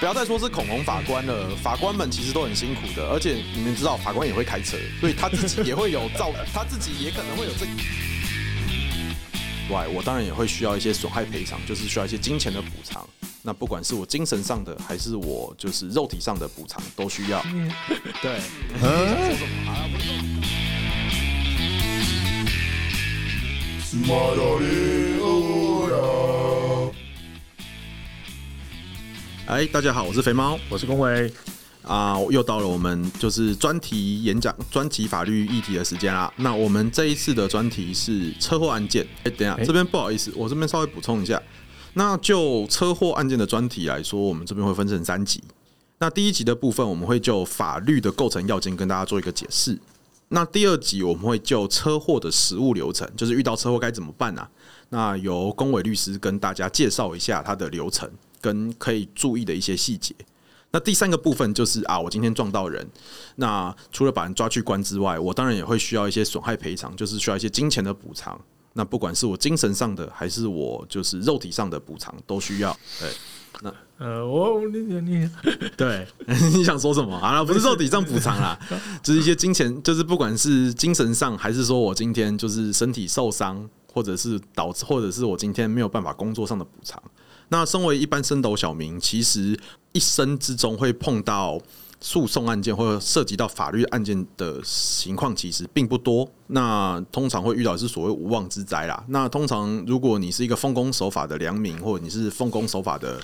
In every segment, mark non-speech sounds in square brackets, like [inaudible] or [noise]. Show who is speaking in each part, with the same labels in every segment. Speaker 1: 不要再说是恐龙法官了，法官们其实都很辛苦的，而且你们知道，法官也会开车，所以他自己也会有造， [laughs] 他自己也可能会有这。外，我当然也会需要一些损害赔偿，就是需要一些金钱的补偿。那不管是我精神上的，还是我就是肉体上的补偿，都需要。 [laughs] 对，哎，大家好，我是肥猫。
Speaker 2: 我是龚维，
Speaker 1: 啊、又到了我们就是专题演讲、专题法律议题的时间啦。那我们这一次的专题是车祸案件。哎、等一下，
Speaker 2: 哎
Speaker 1: 这边不好意思，我这边稍微补充一下。那就车祸案件的专题来说，我们这边会分成三集。那第一集的部分，我们会就法律的构成要件跟大家做一个解释。那第二集我们会就车祸的实务流程，就是遇到车祸该怎么办啊？那由龚伟律师跟大家介绍一下它的流程跟可以注意的一些细节。那第三个部分就是啊，我今天撞到人，那除了把人抓去关之外，我当然也会需要一些损害赔偿，就是需要一些金钱的补偿。那不管是我精神上的，还是我就是肉体上的补偿，都需要。 [laughs]
Speaker 2: 呃，我你你对，
Speaker 1: 你想说什么？好了，不是肉体上补偿啦，就是一些金钱，就是不管是精神上，还是说我今天就是身体受伤，或者是导致，或者是我今天没有办法工作上的补偿。那身为一般升斗小民，其实一生之中会碰到诉讼案件或者涉及到法律案件的情况，其实并不多。那通常会遇到的是所谓无妄之灾啦。那通常如果你是一个奉公守法的良民，或者你是奉公守法的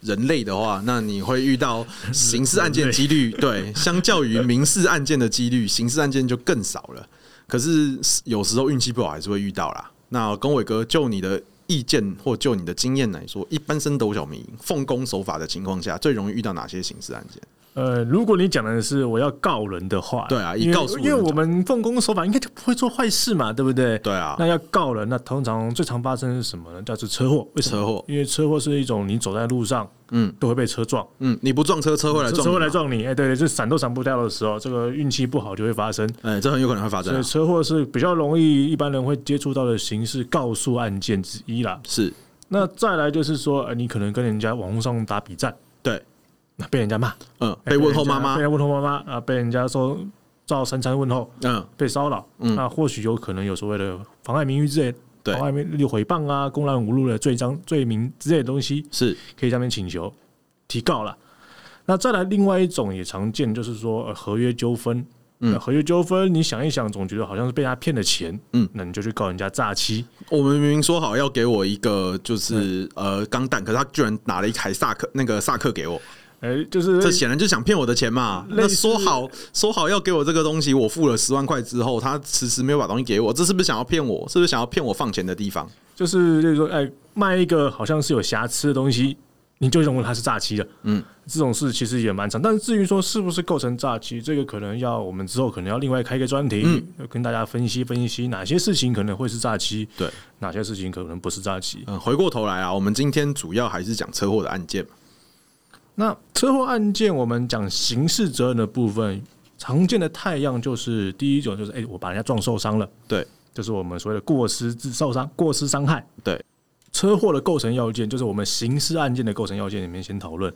Speaker 1: 人类的话，那你会遇到刑事案件的几率，对，相较于民事案件的几率，刑事案件就更少了。可是有时候运气不好，还是会遇到啦。那跟伟哥，就你的意见或就你的经验来说，一般升斗小民奉公守法的情况下，最容易遇到哪些刑事案件？
Speaker 2: 呃，如果你讲的是我要告人的话，
Speaker 1: 对啊以
Speaker 2: 因为
Speaker 1: 告诉人
Speaker 2: 因为我们奉公守法，应该就不会做坏事嘛，对不对？
Speaker 1: 对啊
Speaker 2: 那要告人，那通常最常发生是什么呢？叫做车祸。为什么？
Speaker 1: 车祸
Speaker 2: 因为车祸是一种你走在路上，嗯，都会被车撞，
Speaker 1: 嗯，你不撞车，车会来
Speaker 2: 车
Speaker 1: 撞，
Speaker 2: 车会来，撞你。哎，对，就闪都闪不掉的时候，这个运气不好就会发生。
Speaker 1: 哎、这很有可能会发生
Speaker 2: 所
Speaker 1: 啊、
Speaker 2: 以车祸是比较容易一般人会接触到的刑事告诉案件之一啦。
Speaker 1: 是，
Speaker 2: 那再来就是说，呃，你可能跟人家网络上打比战，
Speaker 1: 对，
Speaker 2: 那被人家骂，
Speaker 1: 嗯，被问候妈
Speaker 2: 哎被
Speaker 1: 妈，
Speaker 2: 人家问候妈妈啊，被人家说照三餐问候，
Speaker 1: 嗯，
Speaker 2: 被骚扰，那或许有可能有所谓的妨碍名誉之类，
Speaker 1: 对
Speaker 2: 妨碍名誉诽谤啊、公然侮辱的罪章、罪名之类的东西，
Speaker 1: 是，
Speaker 2: 可以上面请求提告了。那再来另外一种也常见，就是说、呃合约纠纷。嗯，合约纠纷，你想一想，总觉得好像是被他骗了钱，
Speaker 1: 嗯，
Speaker 2: 那你就去告人家诈欺，
Speaker 1: 我们明明说好要给我一个就是呃钢弹，可是他居然拿了一台萨克那个萨克给我，
Speaker 2: 哎、就是
Speaker 1: 这显然就想骗我的钱嘛。
Speaker 2: 类
Speaker 1: 那
Speaker 2: 似
Speaker 1: 说好说好要给我这个东西，我付了十万块之后，他迟迟没有把东西给我，这是不是想要骗我？是不是想要骗我放钱的地方？
Speaker 2: 就是就是说，哎，卖一个好像是有瑕疵的东西，你就认为它是诈欺的。
Speaker 1: 嗯，
Speaker 2: 这种事其实也蛮常，但是至于说是不是构成诈欺，这个可能要我们之后可能要另外开一个专题，
Speaker 1: 嗯
Speaker 2: 跟大家分析分析哪些事情可能会是诈欺，
Speaker 1: 对，
Speaker 2: 哪些事情可能不是诈欺。
Speaker 1: 嗯，回过头来啊，我们今天主要还是讲车祸的案件嘛。
Speaker 2: 那车祸案件，我们讲刑事责任的部分，常见的太阳就是第一种就是，哎、我把人家撞受伤了，
Speaker 1: 对
Speaker 2: 就是我们所谓的过失致受伤、过失伤害。
Speaker 1: 对，
Speaker 2: 车祸的构成要件，就是我们刑事案件的构成要件里面先讨论。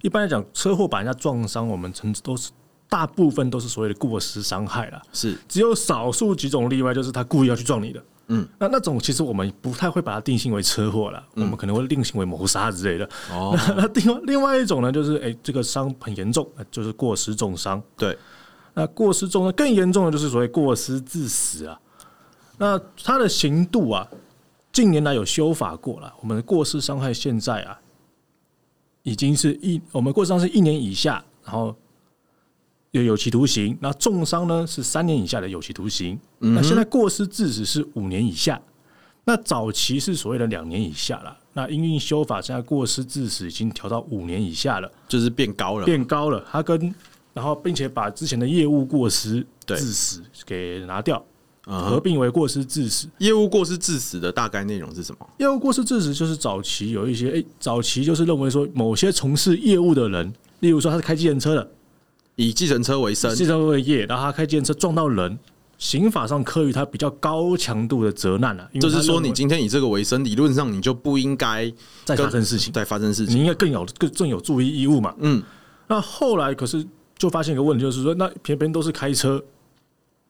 Speaker 2: 一般来讲，车祸把人家撞伤，我们称之都是大部分都是所谓的过失伤害啦，
Speaker 1: 是
Speaker 2: 只有少数几种例外，就是他故意要去撞你的。
Speaker 1: 嗯，
Speaker 2: 那那种其实我们不太会把它定性为车祸啦，我们可能会定性为谋杀之类的。
Speaker 1: 哦，
Speaker 2: 那那另外另外一种呢，就是哎、这个伤很严重，呃就是过失重伤。
Speaker 1: 对，
Speaker 2: 那过失重伤更严重的就是所谓过失致死啊。那它的刑度啊，近年来有修法过了。我们的过失伤害现在啊，已经是一我们过失伤是一年以下，然后有有期徒刑。那重伤呢是三年以下的有期徒刑。那现在过失致死是五年以下。那早期是所谓的两年以下了。那因应修法，现在过失致死已经调到五年以下了。
Speaker 1: 就是变高了。
Speaker 2: 变高了，他跟然后并且把之前的业务过失
Speaker 1: 对
Speaker 2: 致死给拿掉，
Speaker 1: 嗯
Speaker 2: 合
Speaker 1: 哼，
Speaker 2: 并为过失致死。
Speaker 1: 业务过失致死的大概内容是什么？
Speaker 2: 业务过失致死就是早期有一些，哎、早期就是认为说某些从事业务的人，例如说他是开计程车的，
Speaker 1: 以计程车为生，
Speaker 2: 计程车业，然后他开计程车撞到人，刑法上科予他比较高强度的责难了、啊，因为
Speaker 1: 就
Speaker 2: 他
Speaker 1: 是说，
Speaker 2: 认为
Speaker 1: 你今天以这个为生，理论上你就不应该
Speaker 2: 再
Speaker 1: 跟
Speaker 2: 发生事情，嗯
Speaker 1: 再发生事
Speaker 2: 你
Speaker 1: 情。
Speaker 2: 应该更有更更有注意义务嘛。
Speaker 1: 嗯，
Speaker 2: 那后来可是就发现一个问题，就是说，那偏偏都是开车，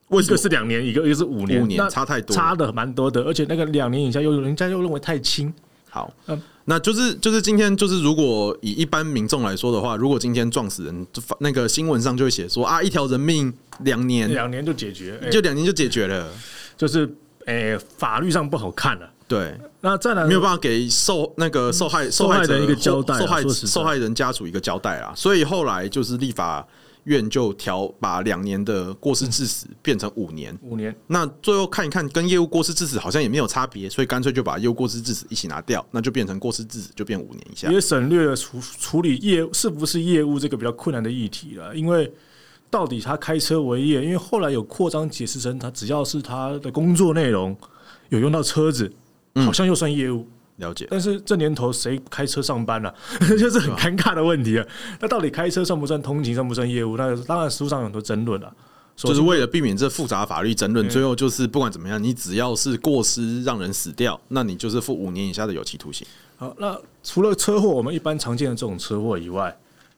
Speaker 1: 为
Speaker 2: 一
Speaker 1: 什
Speaker 2: 个
Speaker 1: 么
Speaker 2: 是两年，一个一个是五年，
Speaker 1: 五年
Speaker 2: 那
Speaker 1: 差太多了？
Speaker 2: 差的蛮多的，而且那个两年以下又人家又认为太轻，
Speaker 1: 好
Speaker 2: 嗯，
Speaker 1: 那就是就是今天就是如果以一般民众来说的话，如果今天撞死人，就发那个新闻上就会写说啊，一条人命两年，
Speaker 2: 两年就解决，哎
Speaker 1: 就两年就解决了，
Speaker 2: 就是诶、法律上不好看了、
Speaker 1: 对，
Speaker 2: 那再来
Speaker 1: 没有办法给受那个受害
Speaker 2: 嗯受害
Speaker 1: 害者
Speaker 2: 人一个交代啊
Speaker 1: 受害
Speaker 2: 说实在
Speaker 1: 受害人家属一个交代啊，所以后来就是立法院就调把两年的过失致死变成五年。
Speaker 2: 五年，
Speaker 1: 那最后看一看，跟业务过失致死好像也没有差别，所以干脆就把业务过失致死一起拿掉，那就变成过失致死就变五年以下。
Speaker 2: 也省略了处处理业是不是业务这个比较困难的议题了，因为到底他开车为业，因为后来有扩张解释成他只要是他的工作内容有用到车子，好像又算业务，
Speaker 1: 了解。
Speaker 2: 但是这年头谁开车上班啊？ [laughs] 就是很尴尬的问题啊。那到底开车算不算通勤，算不算业务？那当然书上有很多争论啊。
Speaker 1: 就是为了避免这复杂法律争
Speaker 2: 嗯
Speaker 1: 论，最后就是不管怎么样，你只要是过失让人死掉，那你就是负五年以下的有期徒刑。
Speaker 2: 好，那除了车祸，我们一般常见的这种车祸以外，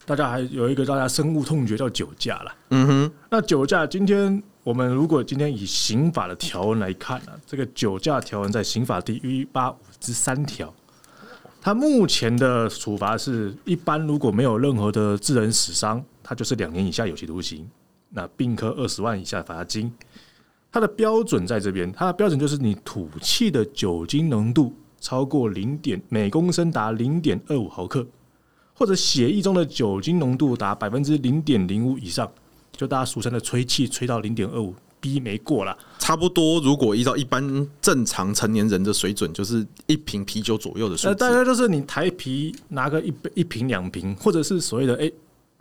Speaker 2: 大家还有一个大家深恶痛绝叫酒驾啦。
Speaker 1: 嗯哼，
Speaker 2: 那酒驾，今天我们如果今天以刑法的条文来看呢、这个酒驾条文在刑法第一八五之三条，它目前的处罚是一般如果没有任何的致人死伤，它就是两年以下有期徒刑，那并科二十万以下罚金。它的标准在这边，它的标准就是你吐气的酒精浓度超过零点每公升达零点二五毫克，或者血液中的酒精浓度达百分之零点零五以上，就大家俗称的吹气吹到零点二五 B 没过了，
Speaker 1: 差不多，如果依照一般正常成年人的水准，就是一瓶啤酒左右的数
Speaker 2: 呃那大
Speaker 1: 字。
Speaker 2: 概就是你台啤拿个一杯一瓶两瓶，或者是所谓的哎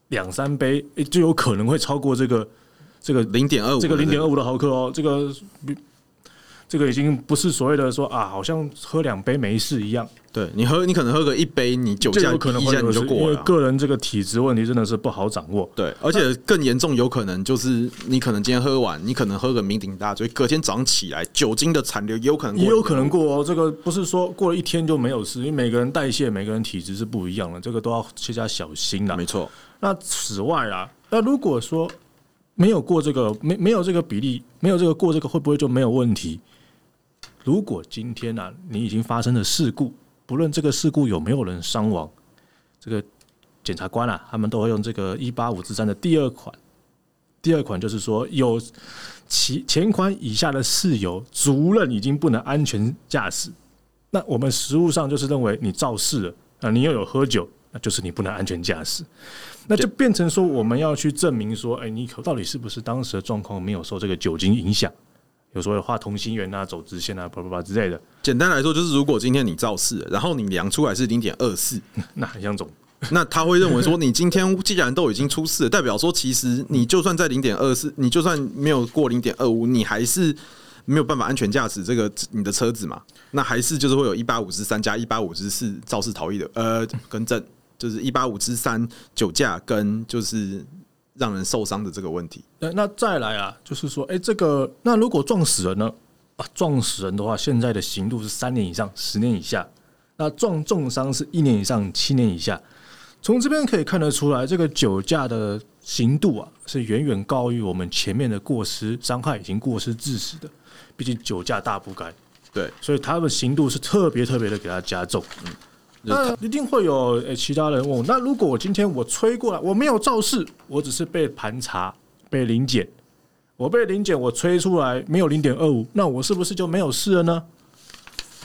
Speaker 2: 两三杯，哎就有可能会超过这个这个
Speaker 1: 零点二五，
Speaker 2: 这个零点二五的毫克哦，这个这个已经不是所谓的说啊，好像喝两杯没事一样，
Speaker 1: 对你喝，你可能喝个一杯，你酒
Speaker 2: 就
Speaker 1: 驾
Speaker 2: 有可能
Speaker 1: 一
Speaker 2: 会
Speaker 1: 下
Speaker 2: 有
Speaker 1: 你
Speaker 2: 事
Speaker 1: 就
Speaker 2: 因
Speaker 1: 过
Speaker 2: 为
Speaker 1: 了啊。
Speaker 2: 个人这个体质问题真的是不好掌握。
Speaker 1: 对，而且更严重，有可能就是你可能今天喝完，你可能喝个酩酊大醉，隔天早上起来酒精的残留也有可能过
Speaker 2: 也
Speaker 1: 敏，
Speaker 2: 有可能过哦，这个不是说过了一天就没有事，因为每个人代谢、每个人体质是不一样的，这个都要切加小心啊啦。
Speaker 1: 没错，
Speaker 2: 那此外啊，那如果说没有过这个，没没有这个比例，没有这个过这个，会不会就没有问题？如果今天啊，你已经发生了事故，不论这个事故有没有人伤亡，这个检察官啊，他们都会用这个一八五之三的第二款，第二款就是说有其前款以下的事由，足认已经不能安全驾驶。那我们实务上就是认为你肇事了，啊，你又有喝酒，那就是你不能安全驾驶。那就变成说，我们要去证明说，哎、你可到底是不是当时的状况没有受这个酒精影响？有时候画同心圆啊、走直线啊、叭叭叭之类的，
Speaker 1: 简单来说，就是如果今天你肇事了，然后你量出来是零点二四，
Speaker 2: 那很像总
Speaker 1: 那他会认为说，你今天既然都已经出事了，代表说其实你就算在零点二四，你就算没有过零点二五，你还是没有办法安全驾驶这个你的车子嘛？那还是就是会有一八五之三加一八五之四肇事逃逸的呃跟正，就是一八五之三酒驾跟就是让人受伤的这个问题。
Speaker 2: 那那再来啊，就是说，哎、这个那如果撞死人呢？啊，撞死人的话，现在的刑度是三年以上十年以下，那撞重伤是一年以上七年以下。从这边可以看得出来，这个酒驾的刑度啊，是远远高于我们前面的过失伤害已经过失致死的。毕竟酒驾大不该，
Speaker 1: 对，
Speaker 2: 所以他们刑度是特别特别的给他加重。嗯那一定会有诶、其他人问我，那如果我今天我吹过来，我没有肇事，我只是被盘查、被临检，我被临检，我吹出来没有零点二五，那我是不是就没有事了呢？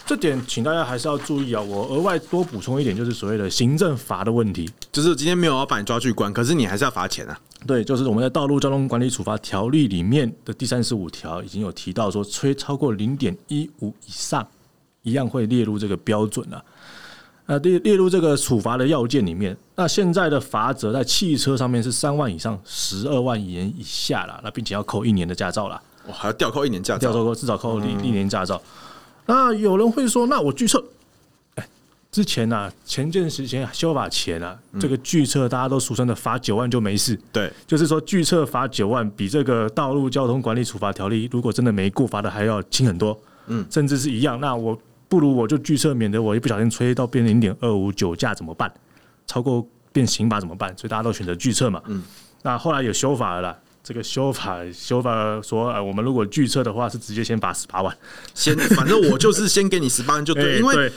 Speaker 2: 这点请大家还是要注意啊！我额外多补充一点，就是所谓的行政罚的问题。
Speaker 1: 就是今天没有要把你抓去关，可是你还是要罚钱啊。
Speaker 2: 对，就是我们在《道路交通管理处罚条例》里面的第三十五条已经有提到说，吹超过零点一五以上，一样会列入这个标准啊。那列列入这个处罚的要件里面，那现在的罚则在汽车上面是三万以上十二万元以下啦，那并且要扣一年的驾照啦，
Speaker 1: 我还要吊扣一年驾
Speaker 2: 要
Speaker 1: 照，
Speaker 2: 扣至少扣一一年驾照。那有人会说，那我拒测，哎，之前啊，前件时前修法前啊，这个拒测大家都俗称的罚九万就没事，
Speaker 1: 对，
Speaker 2: 就是说拒测罚九万比这个道路交通管理处罚条例如果真的没过罚的还要轻很多，
Speaker 1: 嗯，
Speaker 2: 甚至是一样。那我不如我就拒测，免得我一不小心吹到变零点二五酒驾怎么办？超过变刑法怎么办？所以大家都选择拒测嘛，嗯。那后来有修法了啦，这个修法修法说，呃，我们如果拒测的话是直接先罚十八万，
Speaker 1: 先反正我就是先给你十八万就对 [laughs] 了，
Speaker 2: 哎
Speaker 1: 因为
Speaker 2: 对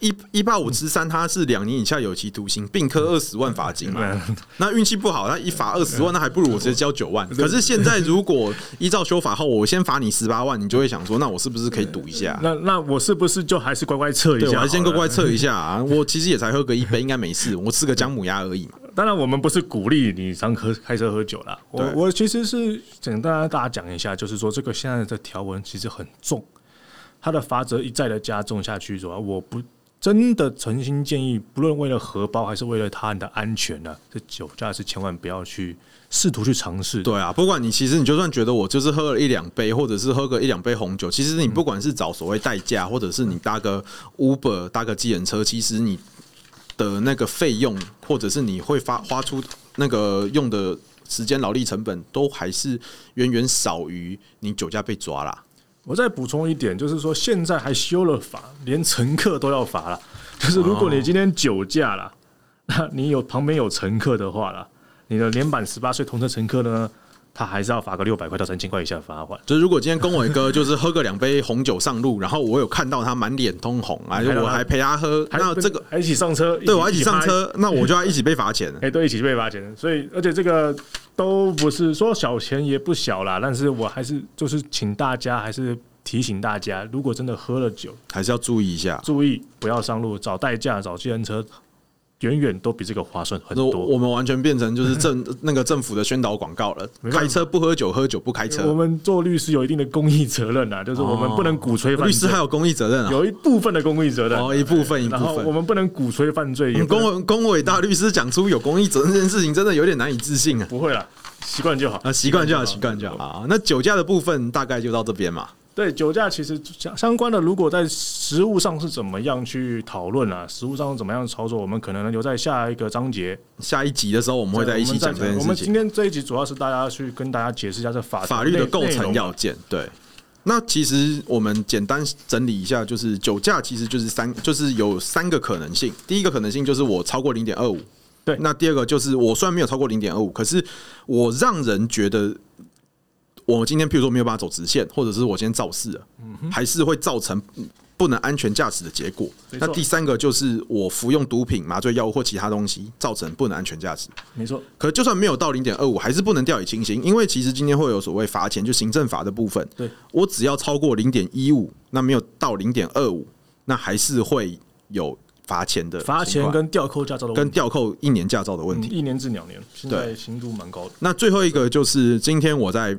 Speaker 1: 一一八五之三它是两年以下有期徒刑，并科二十万罚金
Speaker 2: 嗯
Speaker 1: 嘛。那运气不好，他一罚二十万，那还不如我直接交九万。可是现在如果依照修法后，我先罚你十八万，你就会想说，那我是不是可以赌一下？
Speaker 2: 那那我是不是就还是乖乖测一
Speaker 1: 对，
Speaker 2: 下？
Speaker 1: 我还先乖乖。测一下啊。我其实也才喝个一杯，应该没事。我吃个姜母鸭而已嘛。
Speaker 2: 当然，我们不是鼓励你常喝开车喝酒啦。我
Speaker 1: 对
Speaker 2: 我其实是简单跟大家讲一下，就是说这个现在的条文其实很重，它的罚则一再的加重下去，说我不真的诚心建议，不论为了荷包还是为了他人的安全呢、这酒驾是千万不要去试图去尝试的。
Speaker 1: 对啊，不管你其实你就算觉得我就是喝了一两杯，或者是喝个一两杯红酒，其实你不管是找所谓代驾，或者是你搭个 Uber 搭个计程车，其实你的那个费用，或者是你会发花出那个用的时间、劳力成本，都还是远远少于你酒驾被抓啦。
Speaker 2: 我再补充一点，就是说现在还修了法，连乘客都要罚了。 [laughs] 就是如果你今天酒驾了， [laughs] 那你有旁边有乘客的话了，你的年满十八岁同车乘客呢，他还是要罚个六百块到三千块以下的罚款。
Speaker 1: 就是如果今天跟我一个就是喝个两杯红酒上路，然后我有看到他满脸通红，而
Speaker 2: 还让
Speaker 1: 且
Speaker 2: 他
Speaker 1: 我还陪他喝，
Speaker 2: 还
Speaker 1: 那这个
Speaker 2: 还一起上车，
Speaker 1: 对我要一起上
Speaker 2: 拍，
Speaker 1: 车，那我就要一起被罚钱。
Speaker 2: 哎，对，一起被罚钱。所以，而且这个都不是说小钱也不小啦，但是我还是就是请大家还是提醒大家，如果真的喝了酒，
Speaker 1: 还是要注意一下。
Speaker 2: 注意不要上路，找代驾、找计程车，远远都比这个划算很
Speaker 1: 那
Speaker 2: 多。
Speaker 1: 我们完全变成就是
Speaker 2: [laughs]
Speaker 1: 政那个政府的宣导广告了，
Speaker 2: 没办法
Speaker 1: 开车不喝酒，喝酒不开
Speaker 2: 我
Speaker 1: 车。
Speaker 2: 们做律师有一定的公益责任啊，就是我们不能鼓吹犯罪。
Speaker 1: 哦律师还有公益责任啊，
Speaker 2: 有一部分的公益责任，
Speaker 1: 哦，一部分一部
Speaker 2: 然后我
Speaker 1: 分。
Speaker 2: 们不能鼓吹犯罪，也
Speaker 1: 你
Speaker 2: 不能
Speaker 1: 公文公伟大律师讲出有公益责任这件事情，真的有点难以置信啊。
Speaker 2: 不会啦，习惯就好。
Speaker 1: 啊，习惯就好，习惯就好啊。那酒驾的部分大概就到这边嘛。
Speaker 2: 对酒驾其实相相关的，如果在实物上是怎么样去讨论啊，实物上是怎么样操作，我们可能留在下一个章节。
Speaker 1: 下一集的时候我们会在一起讲这件
Speaker 2: 我
Speaker 1: 事
Speaker 2: 们今
Speaker 1: 情，
Speaker 2: 天这一集主要是大家去跟大家解释一下这法
Speaker 1: 法律的构
Speaker 2: 内
Speaker 1: 成
Speaker 2: 容
Speaker 1: 要件。对，那其实我们简单整理一下，就是酒驾其实就是三，就是有三个可能性。第一个可能性就是我超过零点二五，
Speaker 2: 对
Speaker 1: 那第二个就是我虽然没有超过零点二五，可是我让人觉得我今天譬如说没有办法走直线，或者是我今天肇事了，
Speaker 2: 嗯
Speaker 1: 还是会造成嗯不能安全驾驶的结果。
Speaker 2: 没错
Speaker 1: 那第三个就是我服用毒品、麻醉药物或其他东西，造成不能安全驾驶。
Speaker 2: 没错，
Speaker 1: 可就算没有到零点二五，还是不能掉以轻心，因为其实今天会有所谓罚钱，就行政法的部分。
Speaker 2: 对，
Speaker 1: 我只要超过零点一五，那没有到零点二五，那还是会有罚钱的情况，
Speaker 2: 罚钱跟吊扣驾照的问
Speaker 1: 跟
Speaker 2: 题
Speaker 1: 吊扣一年驾照的问题。
Speaker 2: 嗯一年至两年，现在
Speaker 1: 对
Speaker 2: 刑度蛮高的。
Speaker 1: 那最后一个就是今天我在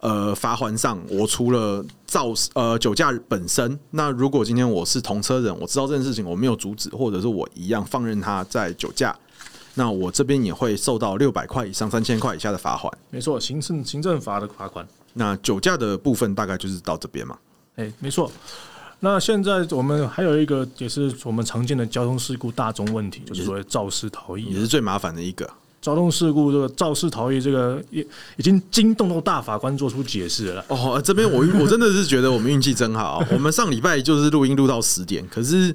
Speaker 1: 呃罚还上，我除了肇事呃酒驾本身，那如果今天我是同车人，我知道这件事情我没有阻止，或者是我一样放任他在酒驾，那我这边也会受到六百块以上三千块以下的罚款。
Speaker 2: 没错，行政行政法的罚款。
Speaker 1: 那酒驾的部分大概就是到这边嘛。
Speaker 2: 哎、没错。那现在我们还有一个也是我们常见的交通事故大宗问题，就是所谓肇事逃
Speaker 1: 也
Speaker 2: 逸。
Speaker 1: 是最麻烦的一个。
Speaker 2: 交通事故这个肇事逃逸，这个也已经惊动到大法官做出解释了啦。
Speaker 1: 哦，呃这边我我真的是觉得我们运气真好。我们上礼拜就是录音录到十点，可是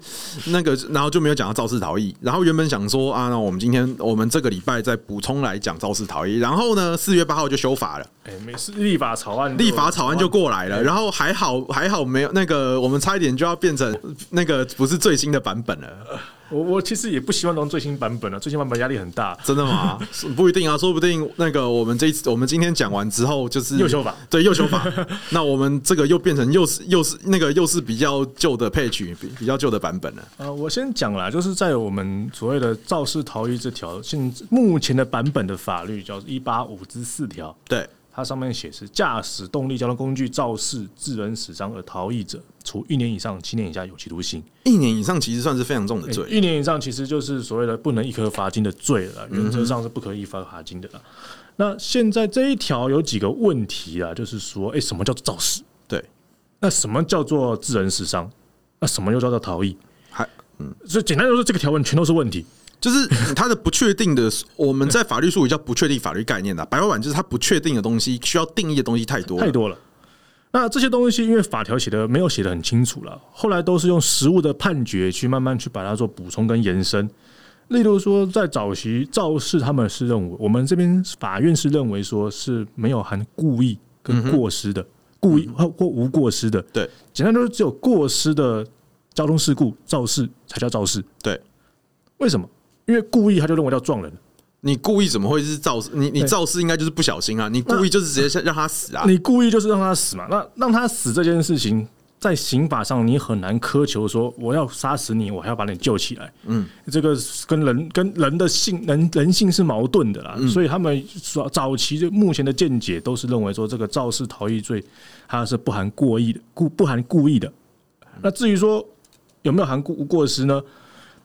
Speaker 1: 那个然后就没有讲到肇事逃逸。然后原本想说啊，那我们今天我们这个礼拜再补充来讲肇事逃逸。然后呢，四月八号就修法了，
Speaker 2: 哎、没事，立法草案就，
Speaker 1: 立法草案就过来了。然后还好还好没有那个，我们差一点就要变成那个不是最新的版本了。
Speaker 2: 我我其实也不希望用最新版本了，最新版本压力很大。
Speaker 1: 真的
Speaker 2: [laughs]
Speaker 1: 吗？不一定啊，说不定那个我们这一次我们今天讲完之后就是
Speaker 2: 又修法，
Speaker 1: 对又修
Speaker 2: [laughs]
Speaker 1: 法，那我们这个又变成又是又是那个又是比较旧的配曲，比比较旧的版本了。
Speaker 2: 呃，我先讲啦，就是在我们所谓的肇事逃逸这条现目前的版本的法律叫一八五之四条，
Speaker 1: 对，
Speaker 2: 它上面写是驾驶动力交通工具肇事致人死伤而逃逸者，处一年以上七年以下有期徒刑。
Speaker 1: 一年以上其实算是非常重的罪。
Speaker 2: 哎一年以上其实就是所谓的不能一颗罚金的罪了啦，原则上是不可以罚罚金的啦。那现在这一条有几个问题啊，就是说，哎、什么叫做肇事？
Speaker 1: 对，
Speaker 2: 那什么叫做致人死伤？那什么又叫做逃逸？
Speaker 1: 还
Speaker 2: 嗯，所以简单来说，这个条文全都是问题。
Speaker 1: 就是它的不确定的，我们在法律术语叫不确定法律概念啊的。白话版就是它不确定的东西，需要定义的东西太多了
Speaker 2: 太多了。那这些东西，因为法条写的没有写的很清楚了，后来都是用实物的判决去慢慢去把它做补充跟延伸。例如说，在早期肇事，他们是认为我们这边法院是认为说是没有含故意跟过失的，故意或或无过失的。
Speaker 1: 嗯对
Speaker 2: 简单就是只有过失的交通事故肇事才叫肇事。
Speaker 1: 对，
Speaker 2: 为什么？因为故意他就认为叫撞人，
Speaker 1: 你故意怎么会是肇事？你你
Speaker 2: 对
Speaker 1: 肇事应该就是不小心啊！你故意就是直接先让他死啊！
Speaker 2: 你故意就是让他死嘛。那让他死这件事情，在刑法上你很难苛求说我要杀死你，我还要把你救起来。嗯，这个是跟人跟人的性人人性是矛盾的啦。所以他们早早期就目前的见解都是认为说，这个肇事逃逸罪它是不含过意的，故不含故意的。那至于说有没有含故无过失呢？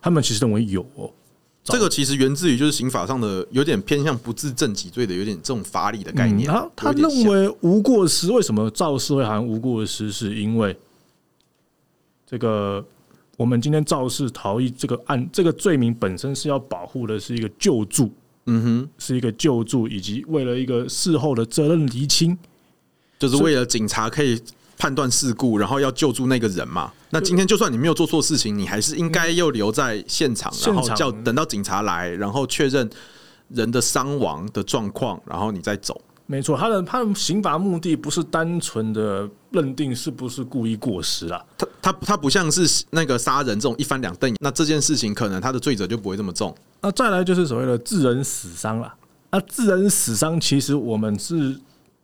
Speaker 2: 他们其实认为有、哦。
Speaker 1: 这个其实源自于就是刑法上的有点偏向不自证己罪的，有点这种法理的概念。
Speaker 2: 嗯他他
Speaker 1: 有点
Speaker 2: 认
Speaker 1: 像
Speaker 2: 为无过失，为什么肇事会含无过失？是因为这个我们今天肇事逃逸这个案，这个罪名本身是要保护的是一个救助，
Speaker 1: 嗯哼，
Speaker 2: 是一个救助，以及为了一个事后的责任厘清。
Speaker 1: 就是为了警察可以判断事故，然后要救助那个人嘛。那今天就算你没有做错事情，你还是应该要留在现场，
Speaker 2: 现
Speaker 1: 然后
Speaker 2: 场
Speaker 1: 叫等到警察来，然后确认人的伤亡的状况，然后你再走。
Speaker 2: 没错，他的他的刑罚目的不是单纯的认定是不是故意过失啦，
Speaker 1: 他他他不像是那个杀人这种一翻两瞪眼，那这件事情可能他的罪责就不会这么重。
Speaker 2: 那再来就是所谓的致人死伤啦。那致人死伤，其实我们是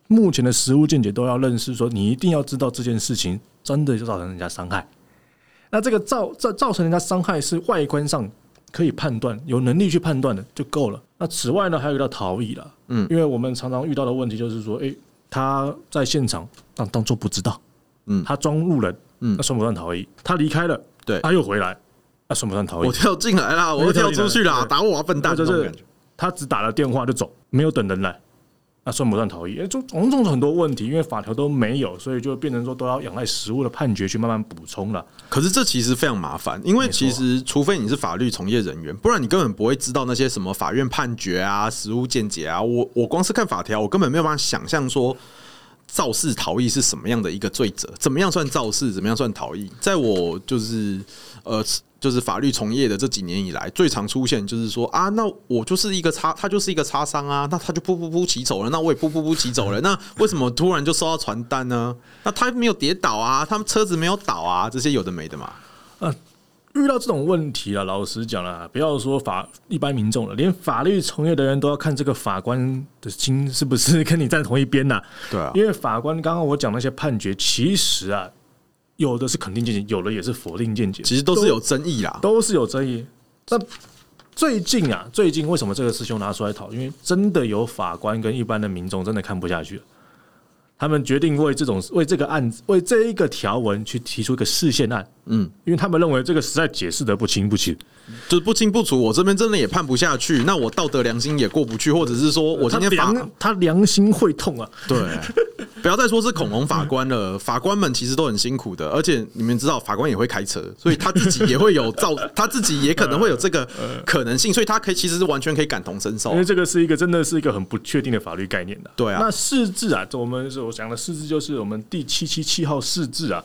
Speaker 2: 目前的实物见解都要认识，说你一定要知道这件事情真的就造成人家伤害。那这个造造造成人家伤害是外观上可以判断，有能力去判断的就够了。那此外呢，还有一个叫逃逸啦，嗯，因为我们常常遇到的问题就是说，诶，他在现场当当做不知道，
Speaker 1: 嗯
Speaker 2: 他装路人，
Speaker 1: 嗯
Speaker 2: 那算不算逃逸？他离开了，
Speaker 1: 对
Speaker 2: 他又回来，那算不算逃逸
Speaker 1: 我？跳进来啦，我又跳出去啦，
Speaker 2: 对
Speaker 1: 打我啊笨蛋！
Speaker 2: 或
Speaker 1: 这
Speaker 2: 者
Speaker 1: 种
Speaker 2: 是
Speaker 1: 感觉，
Speaker 2: 他只打了电话就走，没有等人来，那算不算逃逸？哎，就种种很多问题，因为法条都没有，所以就变成说都要仰赖实物的判决去慢慢补充了。
Speaker 1: 可是这其实非常麻烦，因为其实除非你是法律从业人员，不然你根本不会知道那些什么法院判决啊、实务见解啊。我我光是看法条，我根本没有办法想象说肇事逃逸是什么样的一个罪责，怎么样算肇事，怎么样算逃逸。在我就是呃，就是法律从业的这几年以来，最常出现就是说啊，那我就是一个擦，他就是一个擦伤啊，那他就噗噗噗骑走了，那我也噗噗噗骑走了，那为什么突然就收到传单呢？那他没有跌倒啊，他们车子没有倒啊，这些有的没的嘛。
Speaker 2: 遇到这种问题了，老实讲啊了，不要说法一般民众了，连法律从业的人都要看这个法官的心是不是跟你站同一边呐、
Speaker 1: 对啊，
Speaker 2: 因为法官刚刚我讲那些判决，其实啊，有的是肯定见解，有的也是否定见解，
Speaker 1: 其实都是有争议啦。
Speaker 2: 都是有争议。那最近啊，最近为什么这个师兄拿出来讨论？因为真的有法官跟一般的民众真的看不下去了，他们决定为这种为这个案子为这一个条文去提出一个视线案，
Speaker 1: 嗯，
Speaker 2: 因为他们认为这个实在解释的不清不清。
Speaker 1: 就是不清不楚，我这边真的也判不下去，那我道德良心也过不去，或者是说我今天
Speaker 2: 他
Speaker 1: 法
Speaker 2: 良他良心会痛啊，
Speaker 1: 对，不要再说是恐龙法官了，法官们其实都很辛苦的，而且你们知道，法官也会开车，所以他自己也会有
Speaker 2: [laughs]
Speaker 1: 造，他自己也可能会有这个
Speaker 2: 呃
Speaker 1: 可能性，所以他可以其实是完全可以感同身受
Speaker 2: 因为。这个是一个真的是一个很不确定的法律概念的、
Speaker 1: 哦对啊
Speaker 2: 那释字啊，这我们所讲的释字就是我们第七七七号释字啊，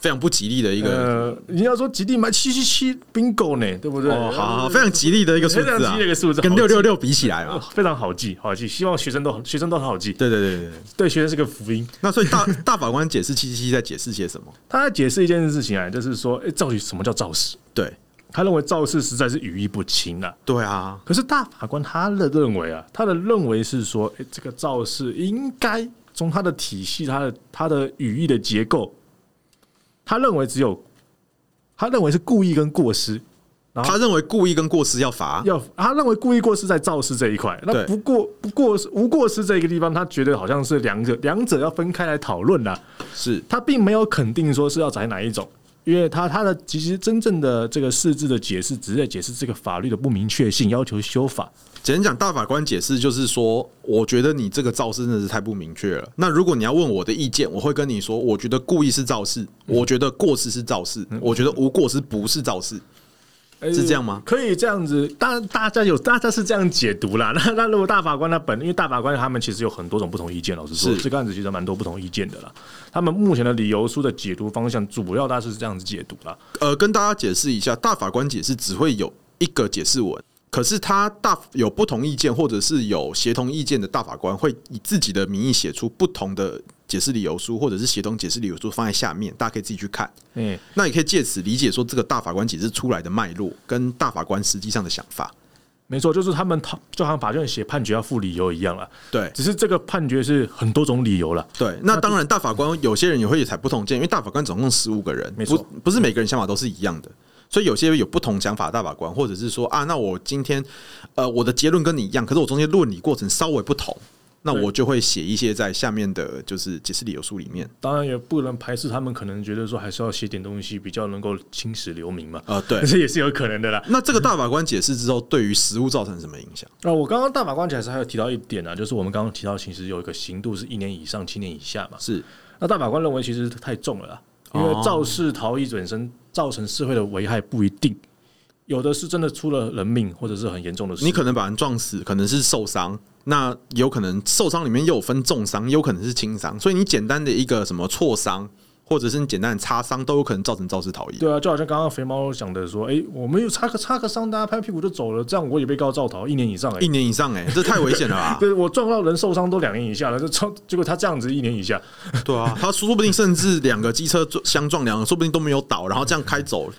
Speaker 1: 非常不吉利的一个
Speaker 2: 呃，你要说极地买七七七 bingo 呢，对不对？
Speaker 1: 哦，好好，非常吉利的一个数
Speaker 2: 呃非常
Speaker 1: 字
Speaker 2: 吉
Speaker 1: 啊，
Speaker 2: 利的一个数字
Speaker 1: 跟
Speaker 2: 好哦
Speaker 1: 六六六比起来嘛，
Speaker 2: 非常好记，好记，希望学生都学生都很好记，
Speaker 1: 对对对对对。
Speaker 2: 对学生是个福音。
Speaker 1: 那所以大大法官解释七七七在解释些什么？
Speaker 2: 他在解释一件事情啊，就是说，哎、到底什么叫肇事？
Speaker 1: 对
Speaker 2: 他认为肇事实在是语义不清啊。
Speaker 1: 对啊，
Speaker 2: 可是大法官他的认为啊，他的认为是说，哎、这个肇事应该从他的体系、他的他的语义的结构，他认为只有，他认为是故意跟过失，然
Speaker 1: 啊
Speaker 2: 后
Speaker 1: 他认为故意跟过失要罚，
Speaker 2: 要他认为故意过失在肇事这一块，那
Speaker 1: 对
Speaker 2: 不过不过无过失这一个地方，他觉得好像是两者两者要分开来讨论啦、啊
Speaker 1: 是
Speaker 2: 他并没有肯定说是要宰哪一种，因为他他的其实真正的这个释字的解释，只是在解释这个法律的不明确性，要求修法。
Speaker 1: 简单讲，大法官解释就是说，我觉得你这个肇事真的是太不明确了。那如果你要问我的意见，我会跟你说，我觉得故意是肇事，我觉得过失是肇事，我觉得无过失不是肇事。哎是这样吗
Speaker 2: 呃可以这样子，大大家有大家是这样解读啦。那那如果大法官他本，因为大法官他们其实有很多种不同意见，老实说，
Speaker 1: 是
Speaker 2: 这个案子其实蛮多不同意见的啦。他们目前的理由书的解读方向，主要大家是这样子解读啦。
Speaker 1: 呃，跟大家解释一下，大法官解释只会有一个解释文，可是他大有不同意见或者是有协同意见的大法官，会以自己的名义写出不同的解释理由书，或者是协同解释理由书放在下面，大家可以自己去看。
Speaker 2: 嗯，
Speaker 1: 那也可以借此理解说这个大法官解释出来的脉络跟大法官实际上的想法。
Speaker 2: 没错，就是他们就好像法院写判决要附理由一样啦。
Speaker 1: 对
Speaker 2: 只是这个判决是很多种理由了。
Speaker 1: 对，那当然大法官有些人也会采不同见，因为大法官总共十五个人，
Speaker 2: 没
Speaker 1: 不
Speaker 2: 错
Speaker 1: 不是每个人想法都是一样的。所以有些有不同想法的大法官，或者是说啊，那我今天呃我的结论跟你一样，可是我中间论理过程稍微不同，那
Speaker 2: 对
Speaker 1: 我就会写一些在下面的就是解释理由书里面。
Speaker 2: 当然也不能排斥他们可能觉得说还是要写点东西比较能够青史留名嘛，
Speaker 1: 呃，对
Speaker 2: 这。也是有可能的啦。
Speaker 1: 那这个大法官解释之后，对于实物造成什么影响？
Speaker 2: 啊、我刚刚大法官解释还有提到一点啊，就是我们刚刚提到，其实有一个刑度是一年以上七年以下嘛。
Speaker 1: 是
Speaker 2: 那大法官认为其实太重了啦，因为
Speaker 1: 哦
Speaker 2: 肇事逃逸本身造成社会的危害不一定，有的是真的出了人命或者是很严重的事。
Speaker 1: 你可能把人撞死，可能是受伤，那有可能受伤里面又有分重伤，也有可能是轻伤，所以你简单的一个什么挫伤，或者是你简单的擦伤，都有可能造成肇事逃逸。
Speaker 2: 对啊，就好像刚刚肥猫讲的说，哎、我们有擦个擦个伤，大家拍屁股就走了，这样我也被告造逃一年以上哎、
Speaker 1: 一年以上、欸，哎，这太危险了吧？
Speaker 2: [laughs] 对，我撞到人受伤都两年以下了，这撞结果他这样子一年以下，
Speaker 1: 对啊，他说不定甚至两个机车撞相撞，两个说不定都没有倒，然后这样开走，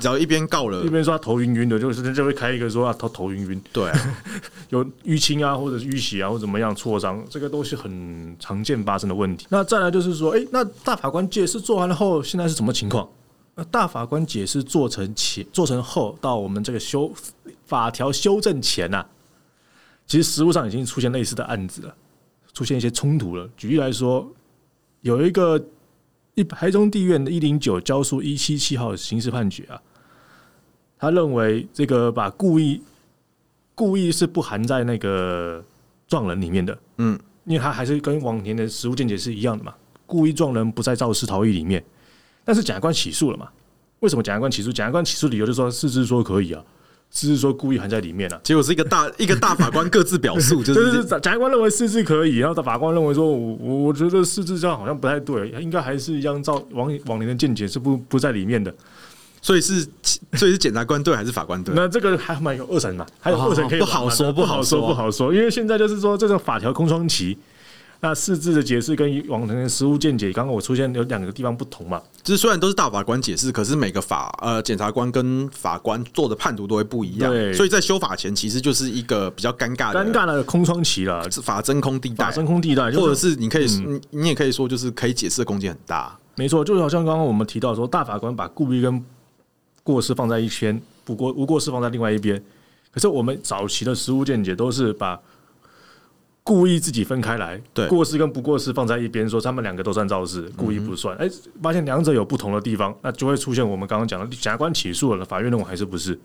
Speaker 1: 只要一边告了
Speaker 2: 一，边说他头晕晕的，就是就会开一个说啊，他头晕晕，
Speaker 1: 对啊，
Speaker 2: 有淤青啊，或者是淤血啊，或者怎么样挫伤，这个都是很常见发生的问题。那再来就是说，哎、那大法官解释做完了后，现在是什么情况？那大法官解释做成前、做成后，到我们这个修法条修正前呐、其实实务上已经出现类似的案子了，出现一些冲突了。举例来说，有一个一台中地院的一零九交诉一七七号刑事判决啊，他认为这个把故意故意是不含在那个撞人里面的，
Speaker 1: 嗯，
Speaker 2: 因为他还是跟往年的实务见解是一样的嘛，故意撞人不在肇事逃逸里面，但是检察官起诉了嘛？为什么检察官起诉？检察官起诉理由就说事实说可以啊，事实说故意含在里面啊。
Speaker 1: 结果是一个大一个大法官各自表述，就
Speaker 2: [laughs] 就是
Speaker 1: 是
Speaker 2: 检察官认为事实可以，然后法官认为说，我我我觉得事实这样好像不太对，应该还是一样照往往年的见解是不不在里面的。
Speaker 1: 所以是所以是检察官对还是法官对？
Speaker 2: 那这个还蛮有二审嘛，还有
Speaker 1: 哦
Speaker 2: 二审可以玩嘛、
Speaker 1: 不好说
Speaker 2: 不
Speaker 1: 不
Speaker 2: 好
Speaker 1: 好
Speaker 2: 说，
Speaker 1: 说
Speaker 2: 不好说，因为现在就是说这种法条空窗期。那释字的解释跟以往的实务见解，刚刚我出现有两个地方不同嘛，
Speaker 1: 就是虽然都是大法官解释，可是每个法呃检察官跟法官做的判读都会不一样
Speaker 2: 对，
Speaker 1: 所以在修法前其实就是一个比较尴尬的
Speaker 2: 尴尬的空窗期了，
Speaker 1: 法真空地带
Speaker 2: 法，真空地带，就是嗯
Speaker 1: 或者是你可以、你你也可以说就是可以解释的空间很大，
Speaker 2: 没错，就好像刚刚我们提到说，大法官把故意跟过失放在一边，不过无过失放在另外一边。可是我们早期的实务见解都是把故意自己分开来，
Speaker 1: 对
Speaker 2: 过失跟不过失放在一边，说他们两个都算肇事，故意不算。哎、发现两者有不同的地方，那就会出现我们刚刚讲的检察官起诉了，法院认为还是不是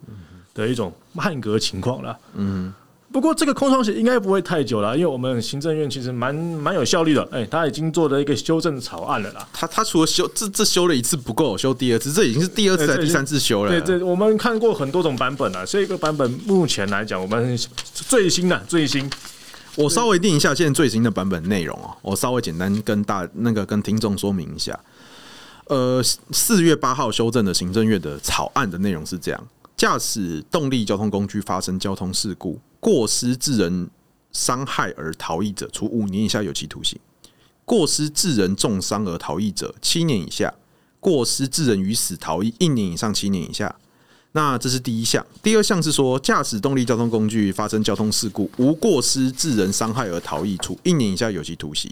Speaker 2: 的一种汉格情况了。嗯。不过这个空窗期应该不会太久了，因为我们行政院其实蛮蛮有效率的，哎、他已经做了一个修正草案了啦。
Speaker 1: 他他除了修这这修了一次不够，修第二次，这已经是第二次
Speaker 2: 对
Speaker 1: 还是
Speaker 2: 这已
Speaker 1: 第
Speaker 2: 经
Speaker 1: 三次修了。
Speaker 2: 对，这我们看过很多种版本啊，这个版本目前来讲，我们最新的、最新
Speaker 1: 我稍微念一下现在最新的版本内容哦，我稍微简单跟大那个跟听众说明一下。呃，四月八号修正的行政院的草案的内容是这样：驾驶动力交通工具发生交通事故，过失致人伤害而逃逸者，处五年以下有期徒刑；过失致人重伤而逃逸者，七年以下；过失致人于死逃逸，一年以上七年以下。那这是第一项，第二项是说，驾驶动力交通工具发生交通事故，无过失致人伤害而逃逸，处一年以下有期徒刑；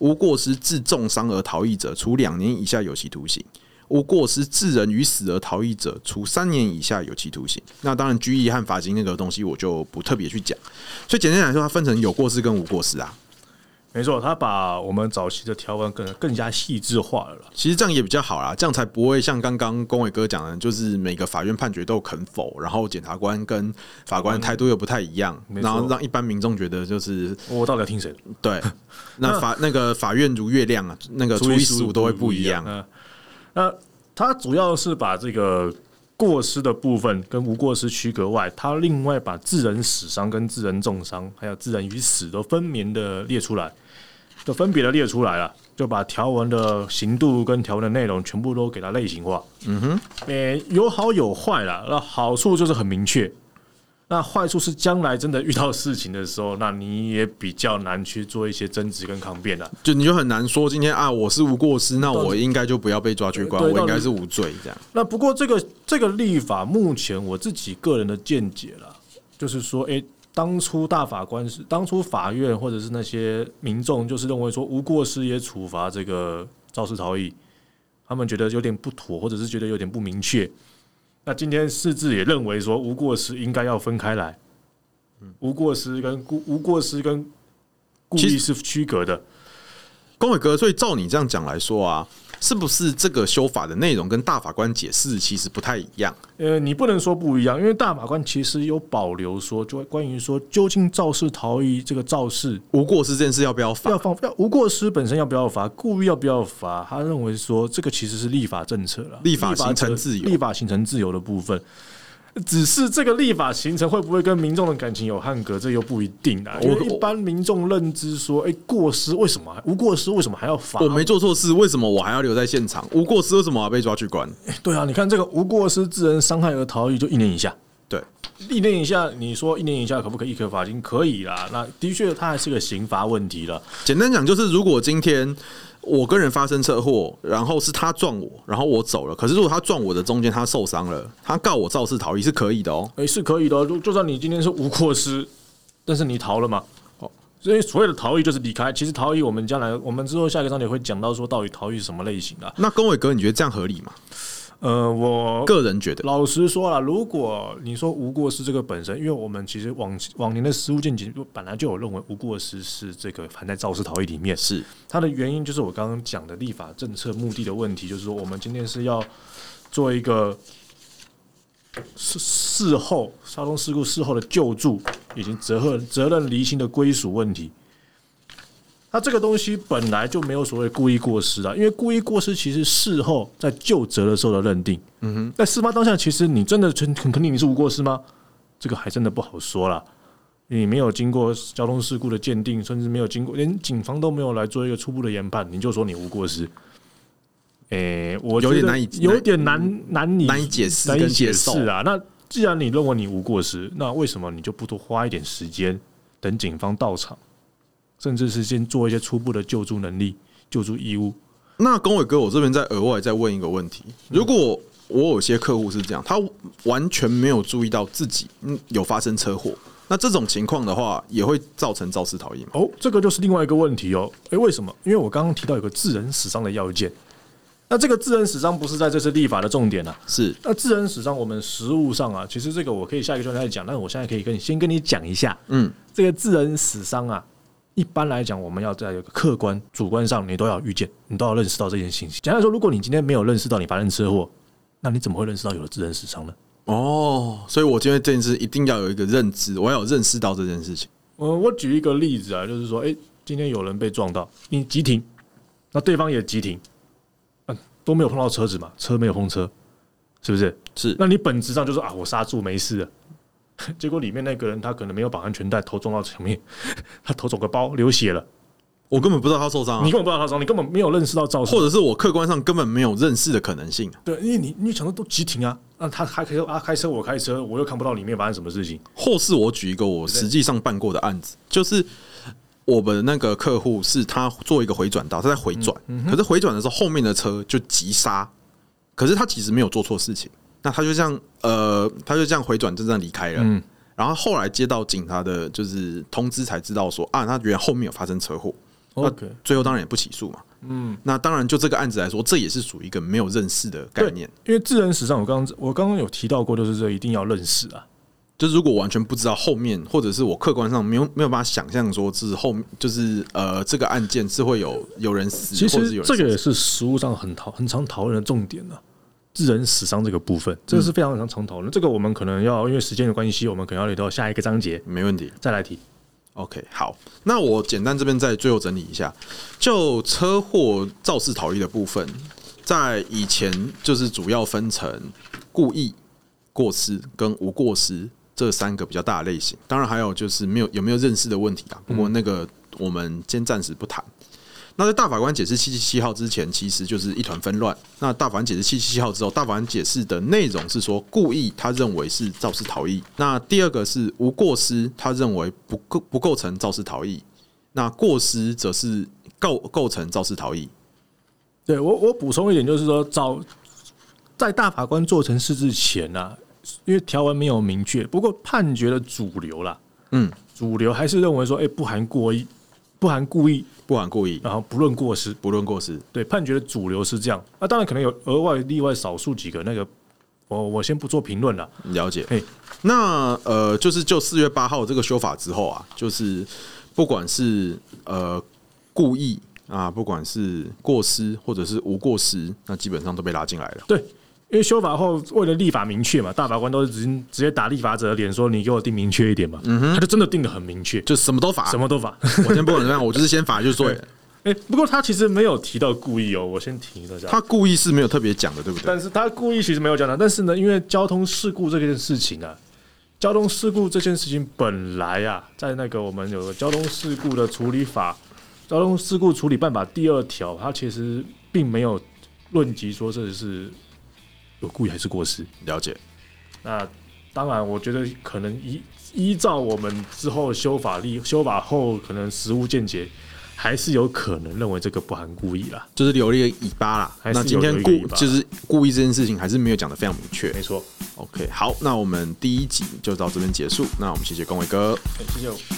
Speaker 1: 无过失致重伤而逃逸者，处两年以下有期徒刑；无过失致人于死而逃逸者，处三年以下有期徒刑。那当然，拘役和罚金那个东西我就不特别去讲。所以简单来说，它分成有过失跟无过失啊。
Speaker 2: 没错，他把我们早期的条文更更加细致化了啦。
Speaker 1: 其实这样也比较好啦，这样才不会像刚刚龚伟哥讲的，就是每个法院判决都肯否，然后检察官跟法官态度又不太一样，
Speaker 2: 没错
Speaker 1: 然后让一般民众觉得就是
Speaker 2: 我到底要听谁的？
Speaker 1: [laughs] 对，那法那个法院如月亮啊，那个初一十五都会不一样。
Speaker 2: 嗯，那他主要是把这个过失的部分跟无过失区隔外，他另外把致人死伤、跟致人重伤，还有致人于死都分明的列出来，都分别的列出来了，就把条文的刑度跟条文的内容全部都给它类型化。嗯哼，诶、有好有坏啦。那好处就是很明确。那坏处是，将来真的遇到事情的时候，那你也比较难去做一些争执跟抗辩了。
Speaker 1: 就你就很难说今天啊，我是无过失，那我应该就不要被抓去关，
Speaker 2: 对
Speaker 1: 我应该是无罪这样。
Speaker 2: 那不过这个这个立法，目前我自己个人的见解啦，就是说，诶，当初大法官是当初法院或者是那些民众，就是认为说无过失也处罚这个肇事逃逸，他们觉得有点不妥，或者是觉得有点不明确。那今天释字也认为说无过失应该要分开来，嗯无过失跟故无过失跟故
Speaker 1: 其
Speaker 2: 意
Speaker 1: 实
Speaker 2: 是区隔的。
Speaker 1: 龚伟哥，所以照你这样讲来说啊，是不是这个修法的内容跟大法官解释其实不太一样？
Speaker 2: 呃，你不能说不一样，因为大法官其实有保留说，就关于说究竟肇事逃逸这个肇事
Speaker 1: 无过失这件事要不要罚
Speaker 2: 要？放要无过失本身要不要罚，故意要不要罚，他认为说这个其实是立法政策了，
Speaker 1: 立法形成自由
Speaker 2: 立法形成自由的部分。只是这个立法形成会不会跟民众的感情有汉格，这又不一定啊。因为
Speaker 1: 我
Speaker 2: 一般民众认知说，哎、过失为什么还无过失为什么还要罚？
Speaker 1: 我没做错事，为什么我还要留在现场？无过失为什么我要被抓去关？
Speaker 2: 对啊，你看这个无过失致人伤害而逃逸就一年以下，
Speaker 1: 对，
Speaker 2: 一年以下，你说一年以下可不可以一颗罚金？可以啦，那的确它还是个刑罚问题了。
Speaker 1: 简单讲就是，如果今天我跟人发生车祸，然后是他撞我，然后我走了，可是如果他撞我的中间他受伤了，他告我肇事逃逸是可以的哦。
Speaker 2: 诶，是可以的哦，就就算你今天是无过失，但是你逃了嘛。
Speaker 1: 哦
Speaker 2: 所以所谓的逃逸就是离开。其实逃逸，我们将来我们之后下一个章节会讲到说到底逃逸是什么类型的。
Speaker 1: 那龚伟哥，你觉得这样合理吗？
Speaker 2: 呃，我
Speaker 1: 个人觉得，
Speaker 2: 老实说了，如果你说无过失这个本身，因为我们其实往往年的实务见解就本来就有认为无过失是这个含在肇事逃逸里面，
Speaker 1: 是
Speaker 2: 它的原因就是我刚刚讲的立法政策目的的问题，就是说我们今天是要做一个事事后交通事故事后的救助，以及责任责任厘清的归属问题。那这个东西本来就没有所谓故意过失啊，因为故意过失其实事后在就责的时候的认定，嗯哼，在事发当下，其实你真的很很肯定你是无过失吗？这个还真的不好说啦。你没有经过交通事故的鉴定，甚至没有经过，连警方都没有来做一个初步的研判，你就说你无过失？诶、我
Speaker 1: 有点
Speaker 2: 觉得
Speaker 1: 难以
Speaker 2: 有点难难以
Speaker 1: 难以嗯解释
Speaker 2: 难以
Speaker 1: 跟
Speaker 2: 解
Speaker 1: 接受
Speaker 2: 释啊。那既然你认为你无过失，那为什么你就不多花一点时间等警方到场，甚至是先做一些初步的救助能力、救助义务？
Speaker 1: 那龚伟哥，我这边再额外再问一个问题：如果我有些客户是这样，他完全没有注意到自己嗯有发生车祸，那这种情况的话，也会造成肇事逃逸吗？
Speaker 2: 哦，这个就是另外一个问题哦。诶，为什么？因为我刚刚提到有个致人死伤的要件，那这个致人死伤不是在这次立法的重点啊。
Speaker 1: 是
Speaker 2: 那致人死伤，我们实务上啊，其实这个我可以下一个专题再讲，但是我现在可以跟你先跟你讲一下，
Speaker 1: 嗯，
Speaker 2: 这个致人死伤啊，一般来讲，我们要在有个客观、主观上，你都要有预见，你都要认识到这件信息。简单来说，如果你今天没有认识到你发生车祸，那你怎么会认识到有了致人死伤呢？
Speaker 1: 哦，所以我今天这件事一定要有一个认知，我要有认识到这件事情。
Speaker 2: 我呃我举一个例子啊，就是说，诶，今天有人被撞到，你急停，那对方也急停，嗯、都没有碰到车子嘛，车没有碰车，是不是？
Speaker 1: 是
Speaker 2: 那你本质上就是啊，我刹住没事了。 [laughs] 结果里面那个人他可能没有绑安全带，头撞到前面， [laughs] 他头肿个包，流血了。
Speaker 1: 我根本不知道他受伤、啊
Speaker 2: 你，根本不知道他撞，你根本没有认识到肇事
Speaker 1: 或。者是我客观上根本没有认识的可能性，
Speaker 2: 对，因为你你想说都急停啊，那他还开车啊，开车我开车，我又看不到里面发生什么事情。
Speaker 1: 或是我举一个我实际上办过的案子，就是我们那个客户是他做一个回转道，他在回转，
Speaker 2: 嗯
Speaker 1: 可是回转的时候后面的车就急刹，可是他其实没有做错事情，那他就这样呃，他就这样回转就这样离开了。
Speaker 2: 嗯
Speaker 1: 然后后来接到警察的，就是通知才知道说啊，他原来后面有发生车祸，那
Speaker 2: OK
Speaker 1: 最后当然也不起诉嘛。嗯，那当然就这个案子来说，这也是属于一个没有认识的概
Speaker 2: 对，
Speaker 1: 念。
Speaker 2: 因为智人史上我刚刚我刚刚有提到过，就是这一定要认识啊。
Speaker 1: 就是如果我完全不知道后面，或者是我客观上没有没有办法想象说是后面就是呃这个案件是会有有人死，
Speaker 2: 其
Speaker 1: 或者是
Speaker 2: 实
Speaker 1: 有人
Speaker 2: 这个
Speaker 1: 受
Speaker 2: 也
Speaker 1: 伤
Speaker 2: 是实物上很讨很常讨论的重点呢、致人死伤这个部分，这个是非常常常讨论。这个我们可能要因为时间的关系，我们可能要留到下一个章节
Speaker 1: 没问题。
Speaker 2: 再来提。
Speaker 1: OK，好，那我简单这边再最后整理一下，就车祸肇事逃逸的部分，在以前就是主要分成故意、过失跟无过失这三个比较大的类型，当然还有就是没有有没有认识的问题啊，不过那个我们先暂时不谈。那在大法官解释七七七号之前，其实就是一团纷乱。那大法官解释七七七号之后，大法官解释的内容是说，故意他认为是肇事逃逸；那第二个是无过失，他认为不构不构成肇事逃逸；那过失则是构构成肇事逃逸。
Speaker 2: 对我我补充一点，就是说早在大法官做成事之前呢、因为条文没有明确，不过判决的主流啦，
Speaker 1: 嗯，
Speaker 2: 主流还是认为说，哎、不含过意，不含故意，
Speaker 1: 不管故意，
Speaker 2: 然后不论过失。
Speaker 1: 不论过失。
Speaker 2: 对，判决的主流是这样。那、当然可能有额外例外少数几个，那个我我先不做评论了。
Speaker 1: 了解
Speaker 2: 嘿。
Speaker 1: 那呃，就是就四月八号这个修法之后啊，就是不管是呃故意啊，不管是过失或者是无过失，那基本上都被拉进来了。
Speaker 2: 对，因为修法后为了立法明确嘛，大法官都是直直接打立法者的脸说你给我定明确一点嘛，他就真的定的很明确，
Speaker 1: 嗯就什么都罚，
Speaker 2: 什么都 [laughs] 罚。
Speaker 1: 我先不管怎么样，我就是先罚就是对了。
Speaker 2: 哎、不过他其实没有提到故意哦，我先停一下。
Speaker 1: 他故意是没有特别讲的，对不对？
Speaker 2: 但是他故意其实没有讲到，但是呢，因为交通事故这件事情啊，交通事故这件事情本来啊，在那个我们有个交通事故的处理法《交通事故处理办法》第二条，它其实并没有论及说这是有故意还是过失。
Speaker 1: 了解，
Speaker 2: 那当然，我觉得可能依依照我们之后修法例修法后，可能实务见解还是有可能认为这个不含故意啦。
Speaker 1: 就是留了一个尾巴啦。
Speaker 2: 还是
Speaker 1: 那今天
Speaker 2: 有留一
Speaker 1: 故
Speaker 2: 个尾巴哎
Speaker 1: 就是故意这件事情还是没有讲的非常明确
Speaker 2: 没。错，
Speaker 1: OK，好，那我们第一集就到这边结束。那我们谢谢公伟哥。
Speaker 2: 哎谢谢。